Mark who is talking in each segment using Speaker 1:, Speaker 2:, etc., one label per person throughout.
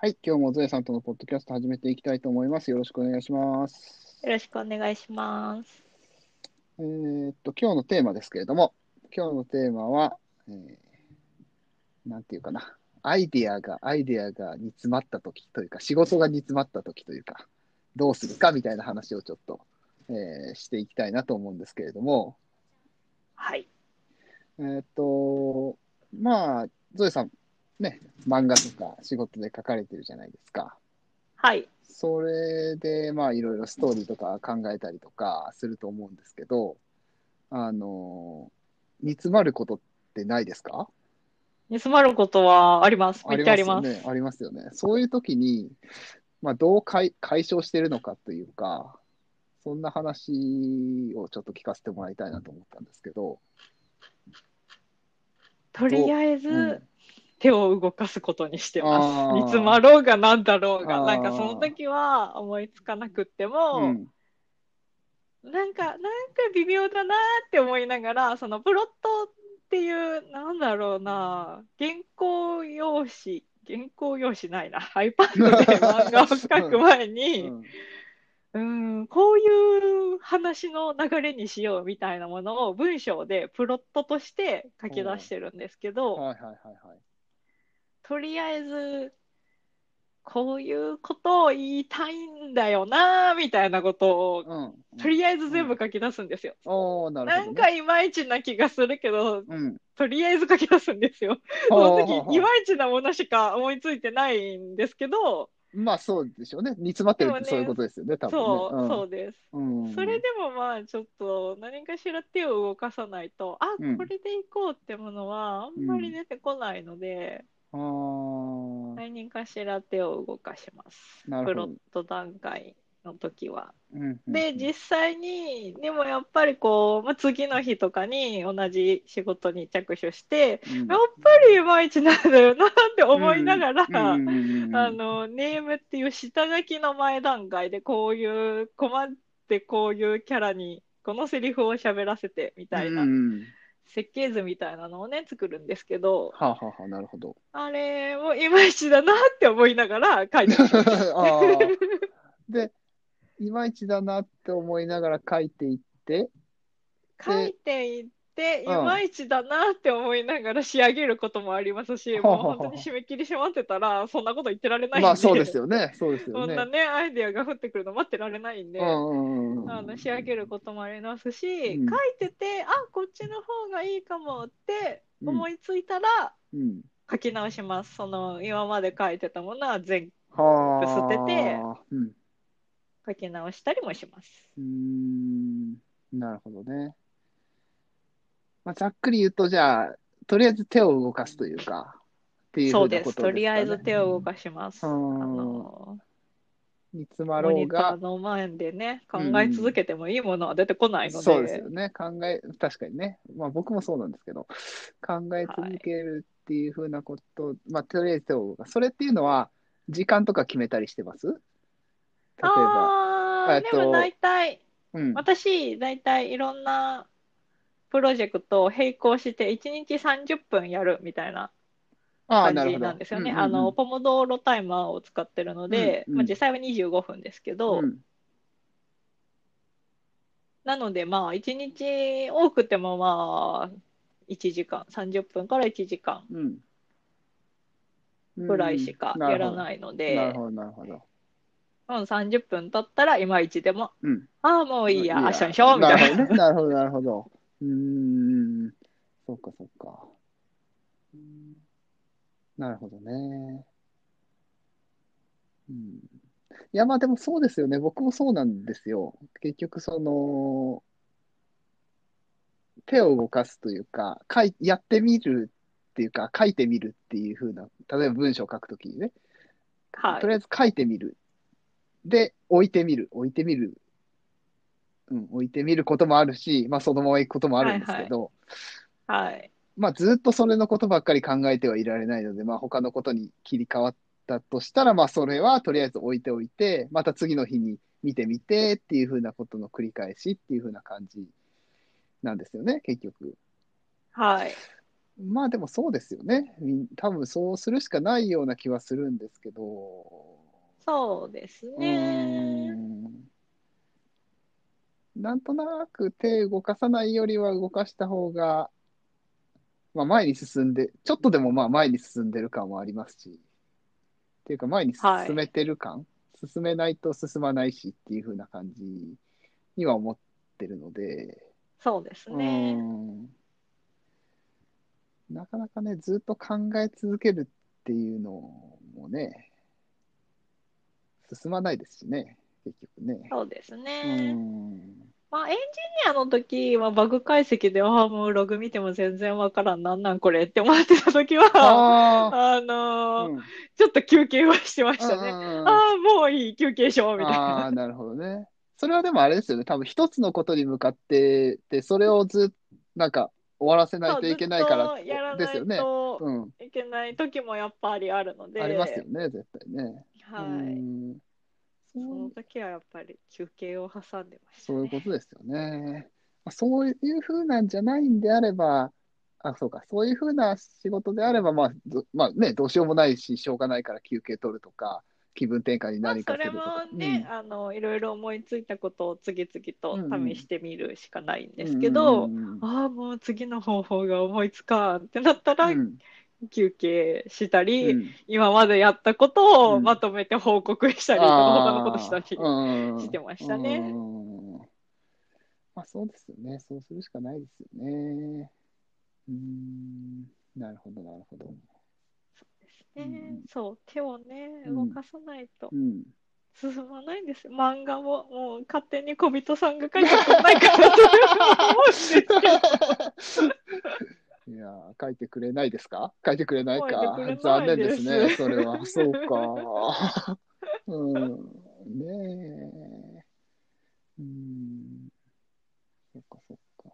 Speaker 1: はい、今日もゾエさんとのポッドキャスト始めていきたいと思います。よろしくお願いします。
Speaker 2: よろしくお願いします。
Speaker 1: えーっと、今日のテーマですけれども、今日のテーマは、えーなんていうかな、アイディアが、アイディアが煮詰まった時というか、仕事が煮詰まった時というか、どうするかみたいな話をちょっと、えーしていきたいなと思うんですけれども、
Speaker 2: はい。
Speaker 1: えーっと、まあ、ゾエさん、ね、漫画とか仕事で書かれてるじゃないですか。
Speaker 2: はい。
Speaker 1: それで、まあ、いろいろストーリーとか考えたりとかすると思うんですけど、あの、煮詰まることってないですか
Speaker 2: 盗まることはあります。めっちゃあり
Speaker 1: よ
Speaker 2: ます。
Speaker 1: ね。ありますよね。そういう時に、まあ、どう解解消してるのかというか、そんな話をちょっと聞かせてもらいたいなと思ったんですけど、
Speaker 2: とりあえず、
Speaker 1: うん
Speaker 2: 手を動かすことにしてます。
Speaker 1: あー
Speaker 2: 煮詰まろうがなんだろう
Speaker 1: あ
Speaker 2: が、
Speaker 1: ー
Speaker 2: なんかその時は思いつかなくって
Speaker 1: う
Speaker 2: も、
Speaker 1: ん、
Speaker 2: なんか、なんか微妙だなって思いながら、そのプロットっていう、なんだろうな、原稿用紙、原稿用紙ないな、iPad で漫画を書く前に、
Speaker 1: うん
Speaker 2: うーん、こういう話の流れにしようみたいなものを文章でプロットとして書き出してるんですけ
Speaker 1: はい
Speaker 2: ど、
Speaker 1: はいはいはい。
Speaker 2: とりあえず、こういうことを言いたいんだよな、みたいなことを、
Speaker 1: うん。
Speaker 2: とりあえず全部書き出すんですよ。
Speaker 1: おーなるほ
Speaker 2: な
Speaker 1: ど、
Speaker 2: ん
Speaker 1: ね。
Speaker 2: かいまいちな気がするけど、
Speaker 1: うん。
Speaker 2: とりあえず書き出すんですよ。 その時、いまいちなものしか思いついてないんですけど、
Speaker 1: まあ、そうでしょうね。煮詰まってるって
Speaker 2: でもね
Speaker 1: そういうことですよね、多分ね。
Speaker 2: そう、
Speaker 1: ん
Speaker 2: そうです。
Speaker 1: うん
Speaker 2: それでもまあちょっと何かしら手を動かさないとあ
Speaker 1: うん
Speaker 2: これでいこうってものはあんまり出てこないので、
Speaker 1: あー
Speaker 2: 何かしら手を動かします
Speaker 1: な
Speaker 2: プ
Speaker 1: るほ
Speaker 2: ロ
Speaker 1: ど
Speaker 2: ット段階の時
Speaker 1: うんうんう
Speaker 2: は。
Speaker 1: ん
Speaker 2: で実際にでもやっぱりこう、まあ、次の日とかに同じ仕事に着手して
Speaker 1: うん
Speaker 2: やっぱりいまいちなんだよなって思いながら。
Speaker 1: うんうんうん
Speaker 2: あのネームっていう下書きの前段階でこういう困ってこういうキャラにこのセリフを喋らせてみたいな、
Speaker 1: うん
Speaker 2: 設計図みたいなのをね作るんですけど
Speaker 1: はあ、はあはあ、なるほ ど。
Speaker 2: あれもいまいちだなって思いながら書いて
Speaker 1: あ
Speaker 2: ます
Speaker 1: ーで、いまいちだなって思いながら書いていって、
Speaker 2: 書いていってい
Speaker 1: うん
Speaker 2: まいちだなって思いながら仕上げることもありますし、もう本当に締め切り閉まってたらそんなこと言ってられないんで、
Speaker 1: まあそうですよね。そうです
Speaker 2: そ
Speaker 1: よ
Speaker 2: ん
Speaker 1: ね。
Speaker 2: なねアイデアが降ってくるの待ってられないんで。
Speaker 1: うんうんうん
Speaker 2: あの仕上げることもありますし、
Speaker 1: うん
Speaker 2: 書いててあこっちの方がいいかもって
Speaker 1: うん
Speaker 2: 思いついたら、
Speaker 1: うん
Speaker 2: 書き直しますその今まで書いてたものは全
Speaker 1: はあ。
Speaker 2: 捨てて
Speaker 1: うん
Speaker 2: 書き直したりもします
Speaker 1: うーんなるほどね。まあ、ざっくり言うと、じゃあ、とりあえず手を動かすというか、っていうふ
Speaker 2: そうう
Speaker 1: な
Speaker 2: で
Speaker 1: こ
Speaker 2: す
Speaker 1: と
Speaker 2: とりあえ
Speaker 1: か
Speaker 2: ず
Speaker 1: ね
Speaker 2: 手を動かします、
Speaker 1: うん
Speaker 2: あの
Speaker 1: 煮詰ま
Speaker 2: モ
Speaker 1: ろう
Speaker 2: ニター
Speaker 1: が、
Speaker 2: の前でね考え続けてもいいものは出てこないので、
Speaker 1: そうですよね。考え、確かにね。まあ僕もそうなんですけど、考え続けるっていうふうなこと、まあとりあえず手を動かす。それっていうのは、時間とか決めたりしてます例えば、
Speaker 2: あ
Speaker 1: え
Speaker 2: あ
Speaker 1: っ
Speaker 2: で
Speaker 1: と
Speaker 2: も大体
Speaker 1: うん。
Speaker 2: 私大体いろんなプロジェクトを並行して1日30分やるみたいな
Speaker 1: ああ、な
Speaker 2: 感
Speaker 1: る
Speaker 2: じ
Speaker 1: ほ
Speaker 2: な
Speaker 1: ど
Speaker 2: んですよね。
Speaker 1: うんうんうん
Speaker 2: あの、ポモドーロタイマーを使ってるので、
Speaker 1: うんうん
Speaker 2: まあ、実際は25分ですけど、
Speaker 1: うん
Speaker 2: なのでまあ1日多くてもまあ1時間、30分から1時間
Speaker 1: うん。
Speaker 2: ぐらいしかやらないいの
Speaker 1: なる
Speaker 2: で、
Speaker 1: ほど、なるほど。
Speaker 2: うん、30分経ったらいまいちでも、
Speaker 1: うん。
Speaker 2: ああ、もういいや、
Speaker 1: うん
Speaker 2: 明日にしようみたいな。
Speaker 1: なるほどね、なるほど、なるほど。うーん。そっか、そっか。うんなるほどね。うん。いや、まあでもそうですよね。僕もそうなんですよ。結局、その、手を動かすというか、かい、やってみるっていうか、書いてみるっていう風な、例えば文章を書くときにね、
Speaker 2: は
Speaker 1: とり
Speaker 2: い。
Speaker 1: あえず書いてみる。で、置いてみる、置いてみる。うん、置いてみることもあるし、まあそのまま行くこともあるんですけど、
Speaker 2: はい。
Speaker 1: まあずっとそれのことばっかり考えてはいられないので、まあ他のことに切り替わったとしたら、まあそれはとりあえず置いておいて、また次の日に見てみてっていうふうなことの繰り返しっていうふうな感じなんですよね、結局。
Speaker 2: はい。
Speaker 1: まあでもそうですよね。み多分そうするしかないような気はするんですけど。
Speaker 2: そうです
Speaker 1: うー
Speaker 2: ね。
Speaker 1: んなんとなく手動かさないよりは動かした方が、まあ、前に進んで、ちょっとでもまあ前に進んでる感はありますし、っていうか前に進めてる感、進めないと進まないしっていう風な感じには思ってるので、
Speaker 2: そうですね。
Speaker 1: うんなかなかね、ずっと考え続けるっていうのもね、進まないですしね、結局ね。
Speaker 2: そうです
Speaker 1: う
Speaker 2: ね。
Speaker 1: ん
Speaker 2: まあ、エンジニアの時はバグ解析で、ああ、もうログ見ても全然わからん、なんなんこれって思ってた時は、
Speaker 1: あ
Speaker 2: あ
Speaker 1: あ、
Speaker 2: のー
Speaker 1: うん
Speaker 2: ちょっと休憩はしてましたね。
Speaker 1: うんうんうん
Speaker 2: ああ、もういい、休憩しよう、みたい
Speaker 1: あ
Speaker 2: な。
Speaker 1: あ、なるほどね。それはでもあれですよね。多分一つのことに向かってて、それをずっと、なんか、終わらせない
Speaker 2: そう
Speaker 1: と
Speaker 2: ず
Speaker 1: い
Speaker 2: っと
Speaker 1: けないからって
Speaker 2: やら
Speaker 1: で
Speaker 2: な
Speaker 1: すよ
Speaker 2: い
Speaker 1: ね。
Speaker 2: と
Speaker 1: うん。
Speaker 2: いけない時もやっぱりあるので、
Speaker 1: ありますよね、絶対ね。う
Speaker 2: はい。
Speaker 1: ん。そ
Speaker 2: その
Speaker 1: う
Speaker 2: 時はやっぱり休憩を挟んでました
Speaker 1: そういう
Speaker 2: ね。
Speaker 1: ことですよね。まあそういうふうなんじゃないんであれば、あ、そうか、そういうふうな仕事であれば、まあ、どまあね、どうしようもないし、しょうがないから休憩取るとか、気分転換に
Speaker 2: まあ、
Speaker 1: 何か
Speaker 2: そ
Speaker 1: す
Speaker 2: れ
Speaker 1: ると
Speaker 2: も
Speaker 1: か。
Speaker 2: ね、あの、いろいろ思いついたことを次々
Speaker 1: うんうん
Speaker 2: と試してみるしかない
Speaker 1: う
Speaker 2: ん
Speaker 1: ん
Speaker 2: ですけど、
Speaker 1: うんうん
Speaker 2: ああ、もう次の方法が思いつかんってなった
Speaker 1: う
Speaker 2: ら、
Speaker 1: ん
Speaker 2: 休憩した
Speaker 1: う
Speaker 2: り、
Speaker 1: ん
Speaker 2: 今までやったこと
Speaker 1: う
Speaker 2: を
Speaker 1: ん
Speaker 2: まとめて報告したり、他のことしたりしてましたね。
Speaker 1: うんまあそうですよね。そうするしかないですよね。うん。なるほど、なるほど。
Speaker 2: ね
Speaker 1: うん
Speaker 2: そう、手をね、
Speaker 1: う
Speaker 2: 動
Speaker 1: ん
Speaker 2: かさないと
Speaker 1: うん。
Speaker 2: 進まないんですよ。漫画も、もう勝手に小人さんが書いてくれないか なと思うんですけど、
Speaker 1: いやー、書いてくれないですか書いてくれないか。
Speaker 2: 書いてくれ
Speaker 1: 残
Speaker 2: ない
Speaker 1: 念
Speaker 2: で
Speaker 1: ですすね、それは。そうか。 うん。ねえ。うん。そっかそっか。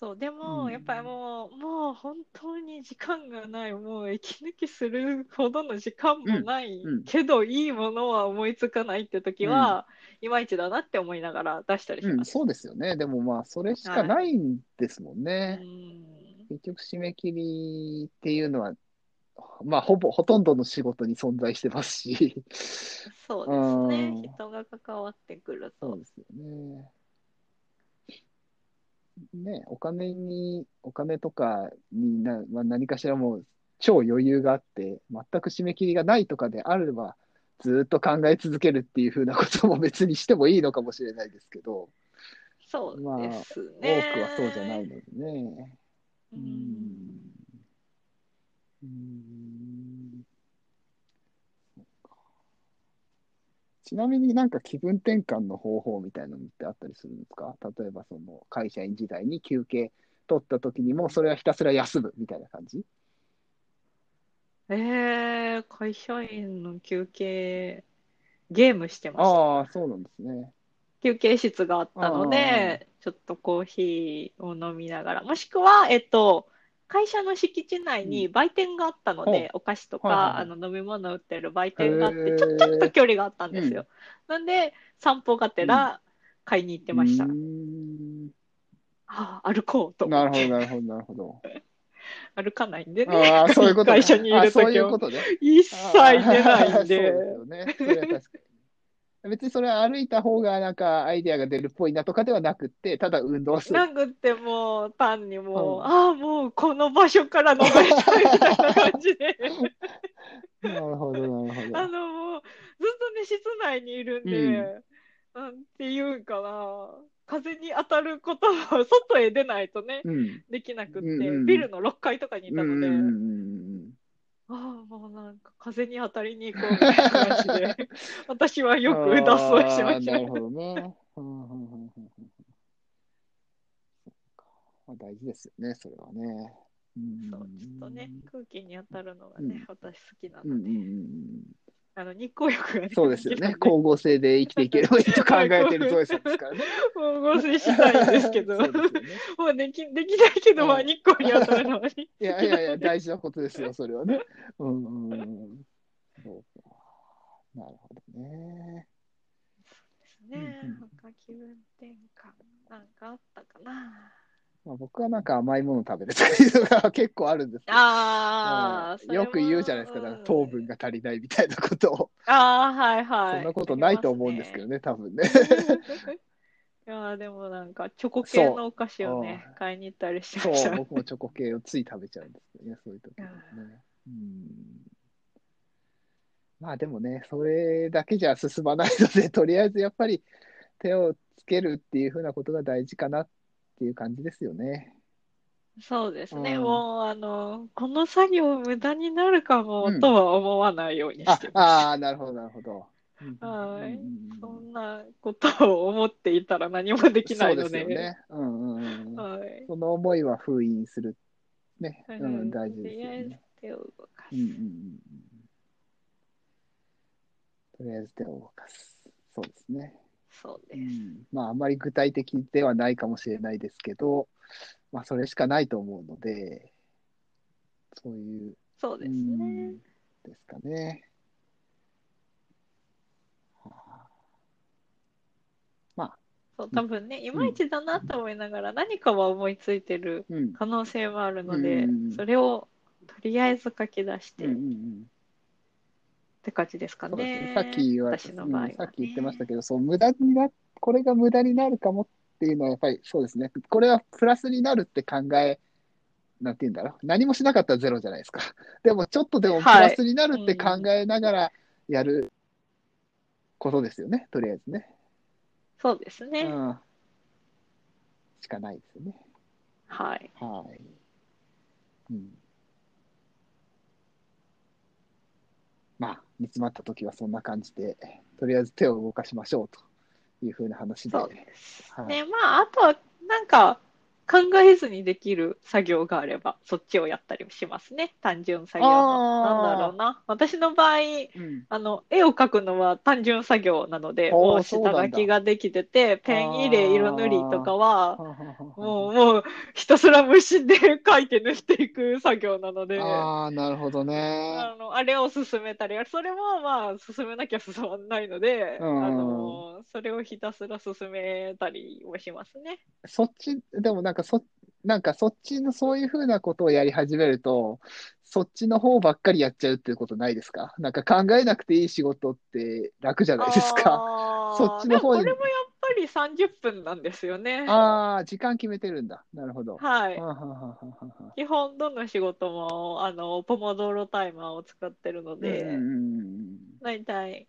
Speaker 2: そう、で
Speaker 1: う
Speaker 2: も、
Speaker 1: ん
Speaker 2: やっぱりもう、もう本当に時間がない、もう息抜きするほどの時間もない
Speaker 1: うんうん
Speaker 2: けど、いいものは思いつかないって時は、いまいちだなって思いながら出したりし
Speaker 1: うん、
Speaker 2: ます。
Speaker 1: そうですよね。でもまあ、それしかないんですもん
Speaker 2: う
Speaker 1: ね。
Speaker 2: ん、
Speaker 1: 結局、締め切りっていうのは、まあ、ほぼ、ほとんどの仕事に存在してますし。
Speaker 2: そうですね。
Speaker 1: うん
Speaker 2: 人が関わってくる
Speaker 1: そう
Speaker 2: と。
Speaker 1: ですよね。ね、お金に、お金とかにな、まあ、何かしらもう超余裕があって、全く締め切りがないとかであれば、ずっと考え続けるっていうふうなことも別にしてもいいのかもしれないですけど、
Speaker 2: そう
Speaker 1: まあ
Speaker 2: です
Speaker 1: 多く
Speaker 2: ね。
Speaker 1: はそうじゃないのでね。
Speaker 2: う。
Speaker 1: うんん。うんちなみになんか気分転換の方法みたいなのってあったりするんですか例えばその会社員時代に休憩取った時にもうそれはひたすら休むみたいな感じ
Speaker 2: えー、会社員の休憩、ゲームしてました。
Speaker 1: ああ、そうなんですね。
Speaker 2: 休憩室があったので、ちょっとコーヒーを飲みながら、もしくは、えっと、会社の敷地内に売店があったの
Speaker 1: うん
Speaker 2: で、お菓子と
Speaker 1: はいはい
Speaker 2: か、
Speaker 1: は
Speaker 2: あ
Speaker 1: い
Speaker 2: の飲み物売ってる売店があっ
Speaker 1: へ
Speaker 2: て、
Speaker 1: ー
Speaker 2: ちょ、ちょっと距離があったんですよ。なんで、散歩がてら買いに行ってました。
Speaker 1: うーん
Speaker 2: ああ、歩こうと
Speaker 1: な
Speaker 2: 思
Speaker 1: る
Speaker 2: っ
Speaker 1: ほど、な
Speaker 2: て。
Speaker 1: るほど、なるほ ど。
Speaker 2: 歩かないんでね、
Speaker 1: ああ、そういうこと、ね、
Speaker 2: 会社にいる
Speaker 1: あ そう
Speaker 2: 時
Speaker 1: いう
Speaker 2: は
Speaker 1: ことね。
Speaker 2: 一切
Speaker 1: あ
Speaker 2: 出
Speaker 1: あ
Speaker 2: ない んで
Speaker 1: そう。ですよね。それは確かに。別にそれは歩いた方がなんかアイデアが出るっぽいなとかではなくって、ただ運動する。
Speaker 2: なくてもう単にもう、
Speaker 1: うん
Speaker 2: ああ、もうこの場所から逃れたいみたいな感じで、
Speaker 1: なるほど、なるほ
Speaker 2: あ
Speaker 1: ど。
Speaker 2: の、もうずっとね、室内にいるんで、なんていうかな、風に当たることは外へ出ないとね、
Speaker 1: うん。
Speaker 2: できなくって、
Speaker 1: うんうん
Speaker 2: ビルの6階とかにい
Speaker 1: うんう
Speaker 2: たの
Speaker 1: ん
Speaker 2: で、
Speaker 1: うん
Speaker 2: ああ、もうなんか風に当たりに行こうみたいな感じで、 私
Speaker 1: う
Speaker 2: は
Speaker 1: ん。
Speaker 2: よく脱走し
Speaker 1: あ
Speaker 2: ま
Speaker 1: あ
Speaker 2: し
Speaker 1: な
Speaker 2: た。
Speaker 1: るほどね。うんうんうんうんうんまあ大事ですよね、それはね。う
Speaker 2: そう、ちょっとね、
Speaker 1: ん。
Speaker 2: 空気に当たるのがね、
Speaker 1: うん
Speaker 2: 私好きな
Speaker 1: うんう
Speaker 2: の
Speaker 1: んう
Speaker 2: で、
Speaker 1: ん
Speaker 2: あの日光浴がね、
Speaker 1: そうですよね。
Speaker 2: 好
Speaker 1: 光合成で生きていければいいと考えてるゾエさんですからね。
Speaker 2: きなんでもう合成し ないんですけ ど、
Speaker 1: そうですよね。
Speaker 2: もうでき できないけど、ま
Speaker 1: う
Speaker 2: あ
Speaker 1: ん
Speaker 2: 日光に当たるのはい
Speaker 1: やいやいや、大事なことですよ、それはね。うんうんうん。そうか。なるほどね。
Speaker 2: ですね
Speaker 1: うんうん。
Speaker 2: 他気分転換なんかあったかな。
Speaker 1: まあ、僕はなんか甘いもの食べるというのが 結構あるんですけど
Speaker 2: あ
Speaker 1: うん
Speaker 2: あ、
Speaker 1: よく言うじゃないですか、だから糖分
Speaker 2: が。
Speaker 1: が足りないみたいなことを、
Speaker 2: ああ、はいはい。
Speaker 1: そんなことないと思うん ですけどね、多分ね。
Speaker 2: いやーでもなんかチョコ系のお菓子をね
Speaker 1: そう
Speaker 2: 買いに行ったりして
Speaker 1: そ
Speaker 2: ました
Speaker 1: う、僕もチョコ系をつい食べちゃうんですけどね、そういう時ですね。うんまあでもね、それだけじゃ進まないので、 とりあえずやっぱり手をつけるっていうふうなことが大事かなっていう感じですよね。
Speaker 2: そうですね、
Speaker 1: うん
Speaker 2: もうあのこの作業無駄になるかも
Speaker 1: うん
Speaker 2: とは思わないように
Speaker 1: あ
Speaker 2: してます、
Speaker 1: あー、なるほど、なるほど。
Speaker 2: はい
Speaker 1: うんうんうん
Speaker 2: そんなことを思っていたら何もできないの
Speaker 1: そうです
Speaker 2: で
Speaker 1: よね。うんうんうんうん。
Speaker 2: はい、
Speaker 1: その思いは封印する。ね、う、
Speaker 2: うんん
Speaker 1: 大事ですよね。
Speaker 2: とりあえず手を動かす、
Speaker 1: うんうんうんうん。とりあえず手を動かす。そうですね。
Speaker 2: そう
Speaker 1: う
Speaker 2: です、
Speaker 1: ん、まあ、あんまり具体的ではないかもしれないですけど、まあ、それしかないと思うので、そういう、
Speaker 2: そうです
Speaker 1: う
Speaker 2: ね
Speaker 1: ん、ですかね。はあ
Speaker 2: そう多分ねいまいちだなと思いながら何かは思いついてる
Speaker 1: うん。
Speaker 2: 可能性もあるので、
Speaker 1: うん
Speaker 2: それをとりあえず書き出して、
Speaker 1: うんうんう
Speaker 2: っ
Speaker 1: ん
Speaker 2: て感じですか
Speaker 1: そうですね
Speaker 2: ね。
Speaker 1: さっき言わ
Speaker 2: 私の場合は、
Speaker 1: うんさっき言ってました
Speaker 2: け
Speaker 1: けど、そう、無駄にな、これが無駄になるかもっていうのは、やっぱりそうですね。これはプラスになるって考え、なんて言うんだろう。何もしなかったらゼロじゃないですか。 でも、ちょっとでもプ
Speaker 2: は
Speaker 1: ラ
Speaker 2: い
Speaker 1: スになるって考えながらやることですよね。とりあえずね。
Speaker 2: そうですね。
Speaker 1: うん。しかないですよね。
Speaker 2: はい。
Speaker 1: はい。うん。まあ、煮詰まった時はそんな感じで、とりあえず手を動かしましょうというふうな話で。
Speaker 2: そうです。
Speaker 1: はい
Speaker 2: ね、まあ、あとは、なんか、考えずにできる作業があれば、そっちをやったりしますね。単純作業の。
Speaker 1: あー
Speaker 2: なんだろうな。私の場合、
Speaker 1: うん。
Speaker 2: あの、絵を描くのは単純作業なので、
Speaker 1: おー
Speaker 2: もう
Speaker 1: そ
Speaker 2: 下
Speaker 1: うなんだ
Speaker 2: 書きができてて、ペン入れ、色塗りとか
Speaker 1: はあ
Speaker 2: は、
Speaker 1: はあはあ
Speaker 2: もう、もう、ひたすら無心で書いて塗っていく作業なので、あ
Speaker 1: ああ、なるほどね。
Speaker 2: の、あれを進めたり、それもまあ、進めなきゃ進まないので、あ
Speaker 1: うん
Speaker 2: の、それをひたすら進めたりもしますね。
Speaker 1: そっち、でもなんかそ、なんかそっちのそういうふうなことをやり始めると、そっちの方ばっかりやっちゃうっていうことないですかなんか考えなくていい仕事って楽じゃないですか。
Speaker 2: あー
Speaker 1: そっちの方に
Speaker 2: でもこれもやっぱり30分なんですよね。
Speaker 1: ああ、時間決めてるんだ。なるほど。
Speaker 2: はい。
Speaker 1: はあはあはあはあはあ
Speaker 2: 基本、どの仕事も、あの、ポモドーロタイマーを使ってるので、
Speaker 1: うんうんうん
Speaker 2: だいたい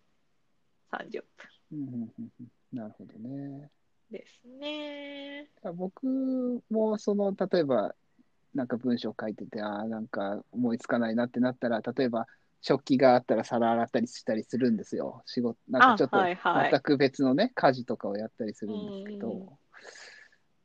Speaker 2: 30分
Speaker 1: うんうんうんうんうんなるほどね。
Speaker 2: ですね。
Speaker 1: 僕もその例えばなんか文章書いててああなんか思いつかないなってなったら例えば食器があったら皿洗ったりしたりするんですよ。仕事なんかちょっと
Speaker 2: あはいはい
Speaker 1: 全く別のね家事とかをやったりするんですけ
Speaker 2: うんうん
Speaker 1: ど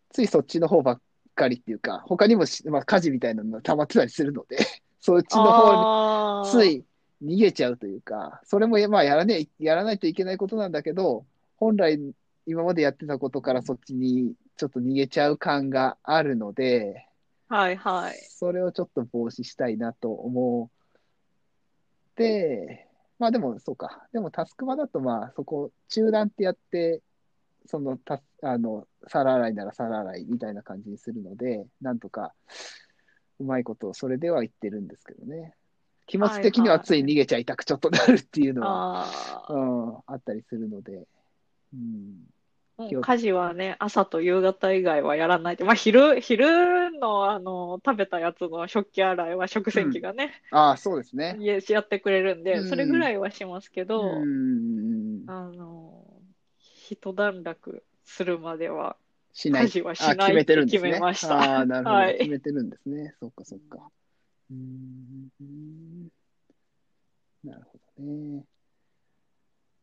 Speaker 1: ついそっちの方ばっかりっていうか他にもし、まあ、家事みたいなのが溜まってたりするので そっちの方に
Speaker 2: あー
Speaker 1: つい逃げちゃうというか、それもまあやらねえやらないといけないことなんだけど、本来今までやってたことからそっちにちょっと逃げちゃう感があるので、
Speaker 2: はいはい。
Speaker 1: それをちょっと防止したいなと思って、まあでもそうか、でもタスク場だとまあそこ中断ってやって、そのたあの皿洗いなら皿洗いみたいな感じにするので、なんとかうまいことをそれでは言ってるんですけどね。気持ち的にはつい逃げちゃいたくちょっとなるっていうのは、
Speaker 2: あ
Speaker 1: うん、あったりするので、うん、
Speaker 2: あ、も
Speaker 1: 気
Speaker 2: う
Speaker 1: を
Speaker 2: 家事はね、朝と夕方以外はやらないで、まあ、昼、昼の、あの、食べたやつの食器洗いは食洗機がね、
Speaker 1: ああ、そうですね。
Speaker 2: 家やってくれるんで、
Speaker 1: うん
Speaker 2: それぐらいはしますけど、
Speaker 1: うん、
Speaker 2: あの、一段落するまでは、
Speaker 1: しない
Speaker 2: 家事はし
Speaker 1: あ、
Speaker 2: な
Speaker 1: 決
Speaker 2: い
Speaker 1: め
Speaker 2: ってて
Speaker 1: るんです
Speaker 2: 決
Speaker 1: ね。
Speaker 2: めました。
Speaker 1: ああ、なるほど、
Speaker 2: はい
Speaker 1: 決めてるんですね。そっかそっか。うーん。なるほどね。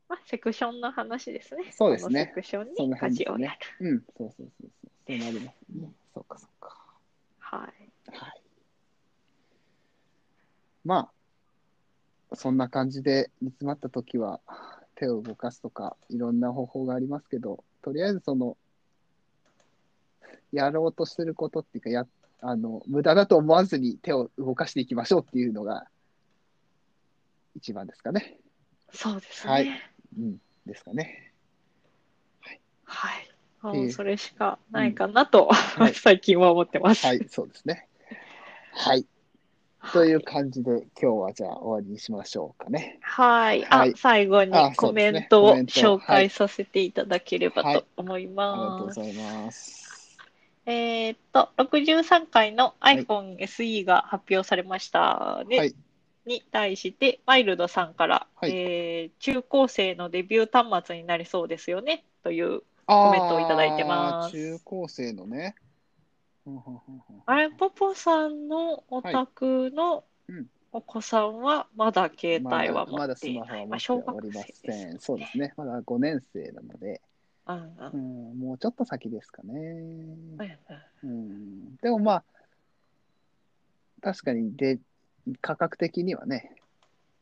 Speaker 2: まあ、セクションの話ですね。
Speaker 1: そうですね
Speaker 2: このセクション
Speaker 1: そん
Speaker 2: に
Speaker 1: な
Speaker 2: 家
Speaker 1: 感じ
Speaker 2: 事
Speaker 1: です
Speaker 2: を
Speaker 1: ね
Speaker 2: やる。
Speaker 1: うん、そうそうそうそう。そうなりますね。そっかそっか。
Speaker 2: はい。
Speaker 1: はい。まあ、そんな感じで煮詰まった時は手を動かすとかいろんな方法がありますけど、とりあえずその、やろうとしてることっていうか、や、あの、無駄だと思わずに手を動かしていきましょうっていうのが一番ですかね。
Speaker 2: そうです
Speaker 1: はい
Speaker 2: ね。
Speaker 1: うん、ですかね。
Speaker 2: はい。あ
Speaker 1: っていう
Speaker 2: それしかないかなと、
Speaker 1: うんはい
Speaker 2: 最近は思ってます。
Speaker 1: はい、そうですね。はい。という感じで、今日はじゃあ終わりにしましょうかね。
Speaker 2: はい。
Speaker 1: は
Speaker 2: あ
Speaker 1: い、
Speaker 2: 最後に
Speaker 1: あ
Speaker 2: コメン
Speaker 1: そ
Speaker 2: トを
Speaker 1: うですねコメント
Speaker 2: 紹
Speaker 1: は
Speaker 2: 介
Speaker 1: い
Speaker 2: させていただければ
Speaker 1: はい
Speaker 2: と思い
Speaker 1: ありがとう
Speaker 2: ま
Speaker 1: ご
Speaker 2: す。
Speaker 1: ざいます。
Speaker 2: えーっと、63回の iPhone SE が発表されましたね。
Speaker 1: はい
Speaker 2: に対して、マイルドさんから、
Speaker 1: はい
Speaker 2: えー中高生のデビュー端末になりそうですよね、という。
Speaker 1: コ
Speaker 2: メントをいただいてます
Speaker 1: 中高生のね。ほんほんほんほん
Speaker 2: あれ、ポポさんのお宅の
Speaker 1: いうん
Speaker 2: お子さんは、まだ携帯は持
Speaker 1: ま
Speaker 2: っ
Speaker 1: だ
Speaker 2: ていない。まあ、
Speaker 1: スマ
Speaker 2: 小
Speaker 1: ホは持ってお
Speaker 2: 学
Speaker 1: りま
Speaker 2: 生
Speaker 1: せ
Speaker 2: です
Speaker 1: ん。そうですね。まだ5年生なので、
Speaker 2: うんうん
Speaker 1: うん、もうちょっと先ですかね。
Speaker 2: うんうん
Speaker 1: うん、でもまあ、確かにで、価格的にはね、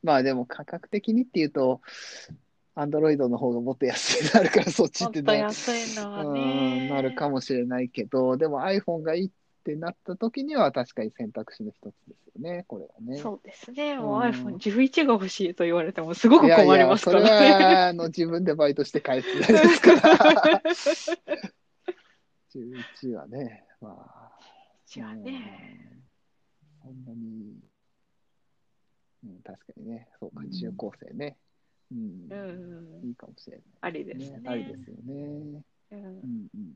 Speaker 1: まあでも価格的にっていうと、アンドロイドの方がもっと安くなるから、そっちってな
Speaker 2: もっと安いのはね
Speaker 1: うんなるかもしれないけど、でも iPhone がいいってなった時には、確かに選択肢の一つですよね、これはね。
Speaker 2: そうですね、もう
Speaker 1: うん
Speaker 2: iPhone11 が欲しいと言われても、すご
Speaker 1: い
Speaker 2: く
Speaker 1: やい
Speaker 2: 困り
Speaker 1: や、
Speaker 2: ます
Speaker 1: そ
Speaker 2: か
Speaker 1: れ
Speaker 2: らね。
Speaker 1: はあの自分でバイトして返すぐらいです から。11はね、まあ。
Speaker 2: じゃあね、
Speaker 1: うん。そんなに、うん、確かにね、そうか、中高生ね。うん。
Speaker 2: うん
Speaker 1: いいかもしれ
Speaker 2: ありで
Speaker 1: ない、
Speaker 2: す
Speaker 1: ね
Speaker 2: ね。。
Speaker 1: ありですよね。うん
Speaker 2: うん
Speaker 1: うんうん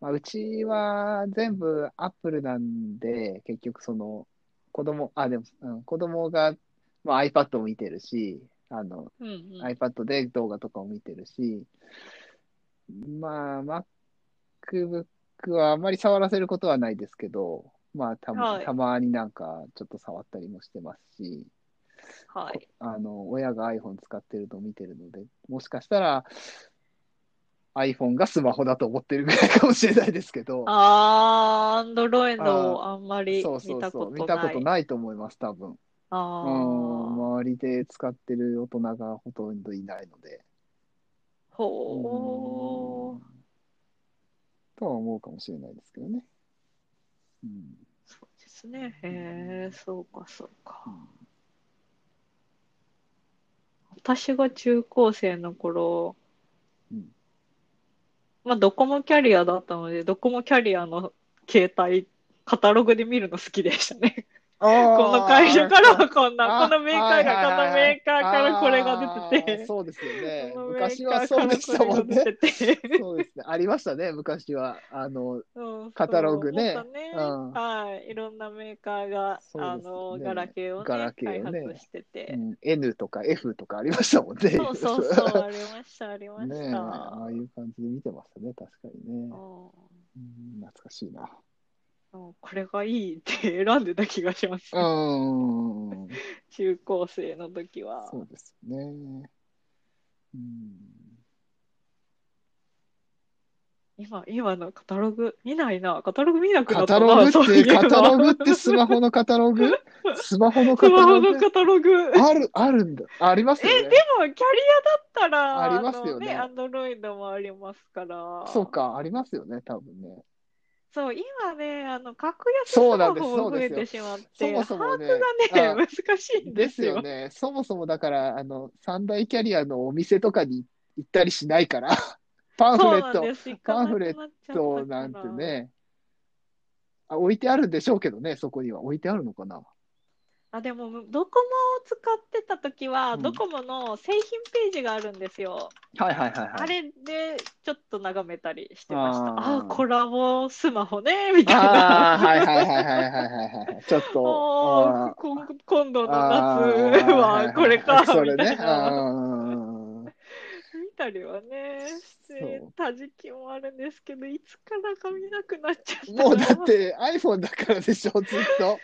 Speaker 1: まあ、うちは全部アップルなんで、結局その、子供、あ、でも、うん、子供が、まあ、iPad を見てるし、あの、
Speaker 2: うんうん
Speaker 1: iPad で動画とかを見てるし、まあ、MacBook はあまり触らせることはないですけど、まあ、たま,、
Speaker 2: はい
Speaker 1: たまになんかちょっと触ったりもしてますし、
Speaker 2: はい。
Speaker 1: あの、親が iPhone 使ってるのを見てるので、もしかしたら iPhone がスマホだと思ってるぐらいかもしれないですけど、
Speaker 2: あー、アンドロイドをあんまり
Speaker 1: そうそ
Speaker 2: 見
Speaker 1: う
Speaker 2: た
Speaker 1: そ
Speaker 2: こ
Speaker 1: う、
Speaker 2: と
Speaker 1: 見たこ
Speaker 2: な
Speaker 1: と
Speaker 2: い。
Speaker 1: ないと思います、多分。う
Speaker 2: あ
Speaker 1: ん、
Speaker 2: ー、
Speaker 1: 周りで使ってる大人がほとんどいないので。
Speaker 2: ほー、
Speaker 1: とは思うかもしれないですけどね。うん、
Speaker 2: そうですね。へー、そうか、そうか。私が中高生の頃
Speaker 1: うん、
Speaker 2: まあ、ドコモキャリアだったので、ドコモキャリアの携帯、カタログで見るの好きでしたね。この会社からはこんな、このメーカーが、このメーカーからこれが出て
Speaker 1: あー
Speaker 2: て、
Speaker 1: そうですよね。
Speaker 2: このメ
Speaker 1: 昔
Speaker 2: ーカ
Speaker 1: は
Speaker 2: ー
Speaker 1: そ
Speaker 2: か
Speaker 1: う
Speaker 2: ら
Speaker 1: でしたもん
Speaker 2: これが
Speaker 1: ね。
Speaker 2: 出てて。
Speaker 1: そうですね。ありましたね、昔は。あの、
Speaker 2: うん
Speaker 1: カタログね
Speaker 2: そう思ったね
Speaker 1: うん
Speaker 2: はい。いろんなメーカーが、
Speaker 1: そう
Speaker 2: あ
Speaker 1: ですね
Speaker 2: の、ガラケーをね、
Speaker 1: ガラケー
Speaker 2: 開
Speaker 1: をね
Speaker 2: 発して
Speaker 1: う
Speaker 2: て。
Speaker 1: ん、N とか F とかありましたもんね。
Speaker 2: そうそうそう、ありました、ありまし
Speaker 1: ねえ、
Speaker 2: た。
Speaker 1: ああいう感じで見てましたね、確かにね
Speaker 2: う。ん
Speaker 1: うん、懐かしいな。
Speaker 2: うんこれがいいって 選んでた気がします。
Speaker 1: うん。
Speaker 2: 中高生の時は。
Speaker 1: そうですよね。うん。
Speaker 2: 今、今のカタログ見ないな。カタログ見なくな
Speaker 1: カ
Speaker 2: った
Speaker 1: タ
Speaker 2: な、
Speaker 1: ログっ
Speaker 2: そうい
Speaker 1: て、
Speaker 2: えば
Speaker 1: カタログってスマホのカタログスマホのカ
Speaker 2: ス
Speaker 1: タ
Speaker 2: マホ
Speaker 1: ログ
Speaker 2: のカタログ。
Speaker 1: ある、あるんだ。あります
Speaker 2: え、
Speaker 1: よ
Speaker 2: で
Speaker 1: ね。
Speaker 2: も、キャリアだったら、
Speaker 1: ありますよね
Speaker 2: あのアンドロイドもありますから。
Speaker 1: そうか、ありますよね、多分ね。
Speaker 2: そう、今ね、あの、格安ス
Speaker 1: そうな
Speaker 2: マ
Speaker 1: んです
Speaker 2: ホも増えてしまっ
Speaker 1: そ
Speaker 2: て、
Speaker 1: もそもね。
Speaker 2: 把握が
Speaker 1: あ
Speaker 2: ね、 難しいんで
Speaker 1: ですすよ
Speaker 2: よ。
Speaker 1: ね。そもそもだから、あの、三大キャリアのお店とかに行ったりしないから、 パンフ
Speaker 2: そ
Speaker 1: レ
Speaker 2: うな
Speaker 1: ッ
Speaker 2: ん
Speaker 1: ト
Speaker 2: です。
Speaker 1: パンフレッ
Speaker 2: 行かなくなっちゃった
Speaker 1: と
Speaker 2: から
Speaker 1: なんて。ね。あ、置いてあるんでしょうけどね、そこには。置いてあるのかな。
Speaker 2: あ、でも、ドコモを使ってた時
Speaker 1: う
Speaker 2: は、
Speaker 1: ん
Speaker 2: ドコモの製品ページがあるんですよ。
Speaker 1: はいはいはい
Speaker 2: あれで、ちょっと眺めたりしてました。
Speaker 1: あー
Speaker 2: あー、コラボスマホね、みたい
Speaker 1: ああ、
Speaker 2: な。
Speaker 1: はいはいはいはいはいはいはい。ちょっと。あ
Speaker 2: あ
Speaker 1: ー
Speaker 2: ーこん今度の夏
Speaker 1: あー
Speaker 2: はこれか、
Speaker 1: それ
Speaker 2: みた
Speaker 1: ね。
Speaker 2: いな。
Speaker 1: うん
Speaker 2: 見たりはね、して
Speaker 1: そう
Speaker 2: た時期もあるんですけど、いつからか見なくなっちゃったな。
Speaker 1: もうだって iPhone だからでしょ、ずっと。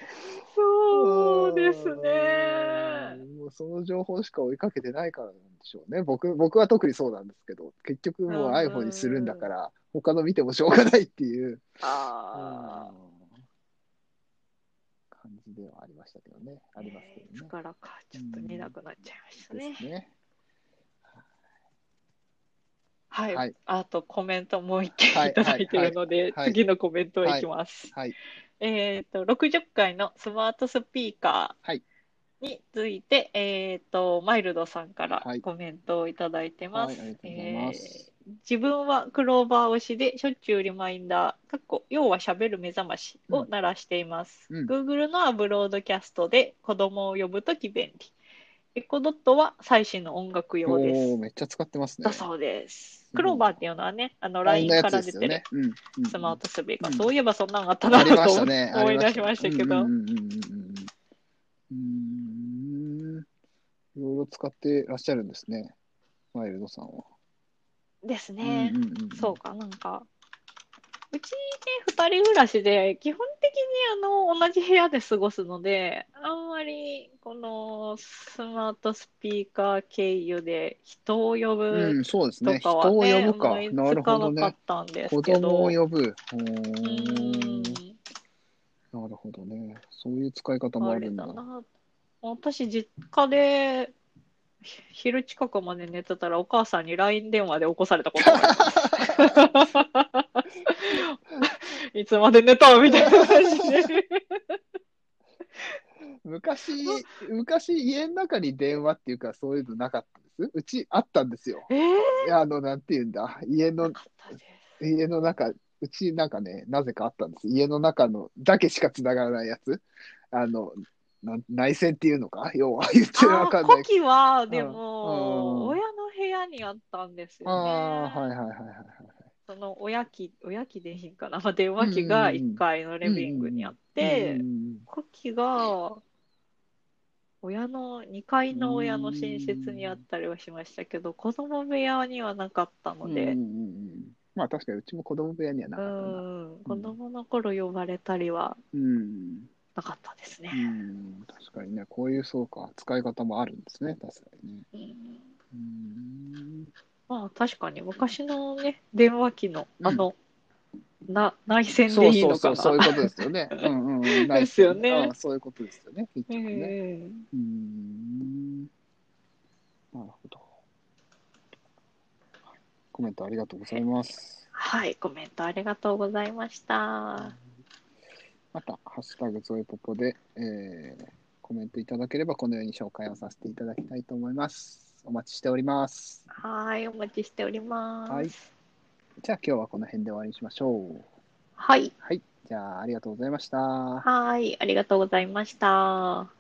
Speaker 2: そうです
Speaker 1: う
Speaker 2: ね。
Speaker 1: ん。もうその情報しか追いかけてないからなんでしょうね。僕僕は特にそうなんですけど、結局もう iPhone にするんだから、他の見てもしょうがないっていう、
Speaker 2: ああ、
Speaker 1: うん感じではありましたけどね。ありますけ
Speaker 2: いつ
Speaker 1: どね。
Speaker 2: からか、ちょっと見なくなっちゃいました
Speaker 1: で
Speaker 2: ね。
Speaker 1: すね。
Speaker 2: はい、
Speaker 1: はい
Speaker 2: あとコメントもう一件
Speaker 1: はい
Speaker 2: いただいてるので、
Speaker 1: はい
Speaker 2: 次のコメントへ行きます。
Speaker 1: はい。
Speaker 2: えっ、と、60回のスマートスピーカ
Speaker 1: はい
Speaker 2: ーについて、えっ、と、マイルドさんから
Speaker 1: はい
Speaker 2: コメントをいただいてま
Speaker 1: はい、
Speaker 2: す。
Speaker 1: ありがとうございます。
Speaker 2: 自分はクローバー推しでしょっちゅうリマインダー、かっこ要は喋る目覚ましを鳴らしています。
Speaker 1: うん
Speaker 2: Google のアブロードキャストで子供を呼ぶとき便利。エコドットは最新の音楽用で
Speaker 1: おお
Speaker 2: す。
Speaker 1: めっちゃ使ってますね
Speaker 2: だ。そうです。クローバーっていうのはね、あの LINE
Speaker 1: LINE のや
Speaker 2: か
Speaker 1: つ
Speaker 2: ら
Speaker 1: で
Speaker 2: 出
Speaker 1: す
Speaker 2: て
Speaker 1: よ
Speaker 2: る、
Speaker 1: ね。うんうん
Speaker 2: スマートスピーカー、
Speaker 1: うん
Speaker 2: そういえばそんなのあった
Speaker 1: あ
Speaker 2: な
Speaker 1: り
Speaker 2: と
Speaker 1: まし
Speaker 2: 思
Speaker 1: た
Speaker 2: って
Speaker 1: ね。
Speaker 2: 思い出しましたけど
Speaker 1: うんうんうんうんうんうん。うーん。いろいろ使ってらっしゃるんですね。マイルドさんは。
Speaker 2: ですね。
Speaker 1: うんうんうん
Speaker 2: そうか、なんか。うちね、二人暮らしで、基本的にあの、同じ部屋で過ごすので、あんまり、この、スマートスピーカー経由で人を呼
Speaker 1: う
Speaker 2: ぶ
Speaker 1: ん、そうです
Speaker 2: と
Speaker 1: ね。人
Speaker 2: かは
Speaker 1: を
Speaker 2: ね、
Speaker 1: 呼ぶか。
Speaker 2: 思い
Speaker 1: な
Speaker 2: つ
Speaker 1: る
Speaker 2: か
Speaker 1: ほ
Speaker 2: な
Speaker 1: ど
Speaker 2: かっ
Speaker 1: ね。
Speaker 2: たんです
Speaker 1: 子
Speaker 2: けど。
Speaker 1: 供を呼ぶ。お
Speaker 2: う
Speaker 1: ー
Speaker 2: ーん。
Speaker 1: なるほどね。そういう使い方も
Speaker 2: あ
Speaker 1: あ
Speaker 2: れ
Speaker 1: るんだ
Speaker 2: だ。な。私、実家で、ひ昼近くまで寝てたら、お母さんに LINE 電話で起こされたことが あるいつまで寝たみたいな感じで。
Speaker 1: 昔、昔家の中に電話っていうかそういうのなかったです。うちあったんですよ。
Speaker 2: えー、
Speaker 1: いや、あの、なんて言うんだ。家の
Speaker 2: なかったです。
Speaker 1: 家の中、うちなんかね、なぜかあったんです。家の中のだけしか繋がらないやつ。あの、なん内線っていうのか要は言ってるわ
Speaker 2: あ
Speaker 1: か
Speaker 2: ー、
Speaker 1: んな
Speaker 2: 古
Speaker 1: い。
Speaker 2: 希は、で
Speaker 1: うん
Speaker 2: も、
Speaker 1: うん
Speaker 2: 親の部屋にあったんですよね。
Speaker 1: ああ、はいはいはいはい。
Speaker 2: その親機、親機でいいんかな、まあ、電話機が1階のレビングにあって、
Speaker 1: うんうん
Speaker 2: コキが親の2階の親の寝室にあったりはしましたけど子供部屋にはなかった
Speaker 1: う
Speaker 2: の
Speaker 1: んうんう
Speaker 2: で
Speaker 1: んうん、まあ確かにうちも子供部屋にはな
Speaker 2: う
Speaker 1: かったな。
Speaker 2: ん子供の頃呼ばれたりは
Speaker 1: うん、
Speaker 2: なかったです
Speaker 1: う
Speaker 2: ね、
Speaker 1: ん、確かにね、こういうそうか、使い方もあるんですね、確かにね。
Speaker 2: うん
Speaker 1: うん
Speaker 2: まあ確かに昔のね電話機の
Speaker 1: うん
Speaker 2: あの、な内線
Speaker 1: そ
Speaker 2: で
Speaker 1: う
Speaker 2: いい
Speaker 1: そう
Speaker 2: の
Speaker 1: そ
Speaker 2: か
Speaker 1: う、そうい
Speaker 2: な
Speaker 1: うことですよね。うんうんうん、ない
Speaker 2: ですよね
Speaker 1: ああそういうことですよね、結
Speaker 2: う
Speaker 1: 局ね。
Speaker 2: ん
Speaker 1: うーんなるほど。コメントありがとうございます。
Speaker 2: はいコメントありがとうございました
Speaker 1: また、ハッシュタグゾイポポで、えーコメントいただければ、このように紹介をさせていただきたいと思います。お待ちしております。
Speaker 2: はいお待ちしております
Speaker 1: はいじゃあ、今日はこの辺で終わりにしましょう。
Speaker 2: はい
Speaker 1: はい。じゃあ、ありがとうございました。
Speaker 2: はい、ありがとうございました。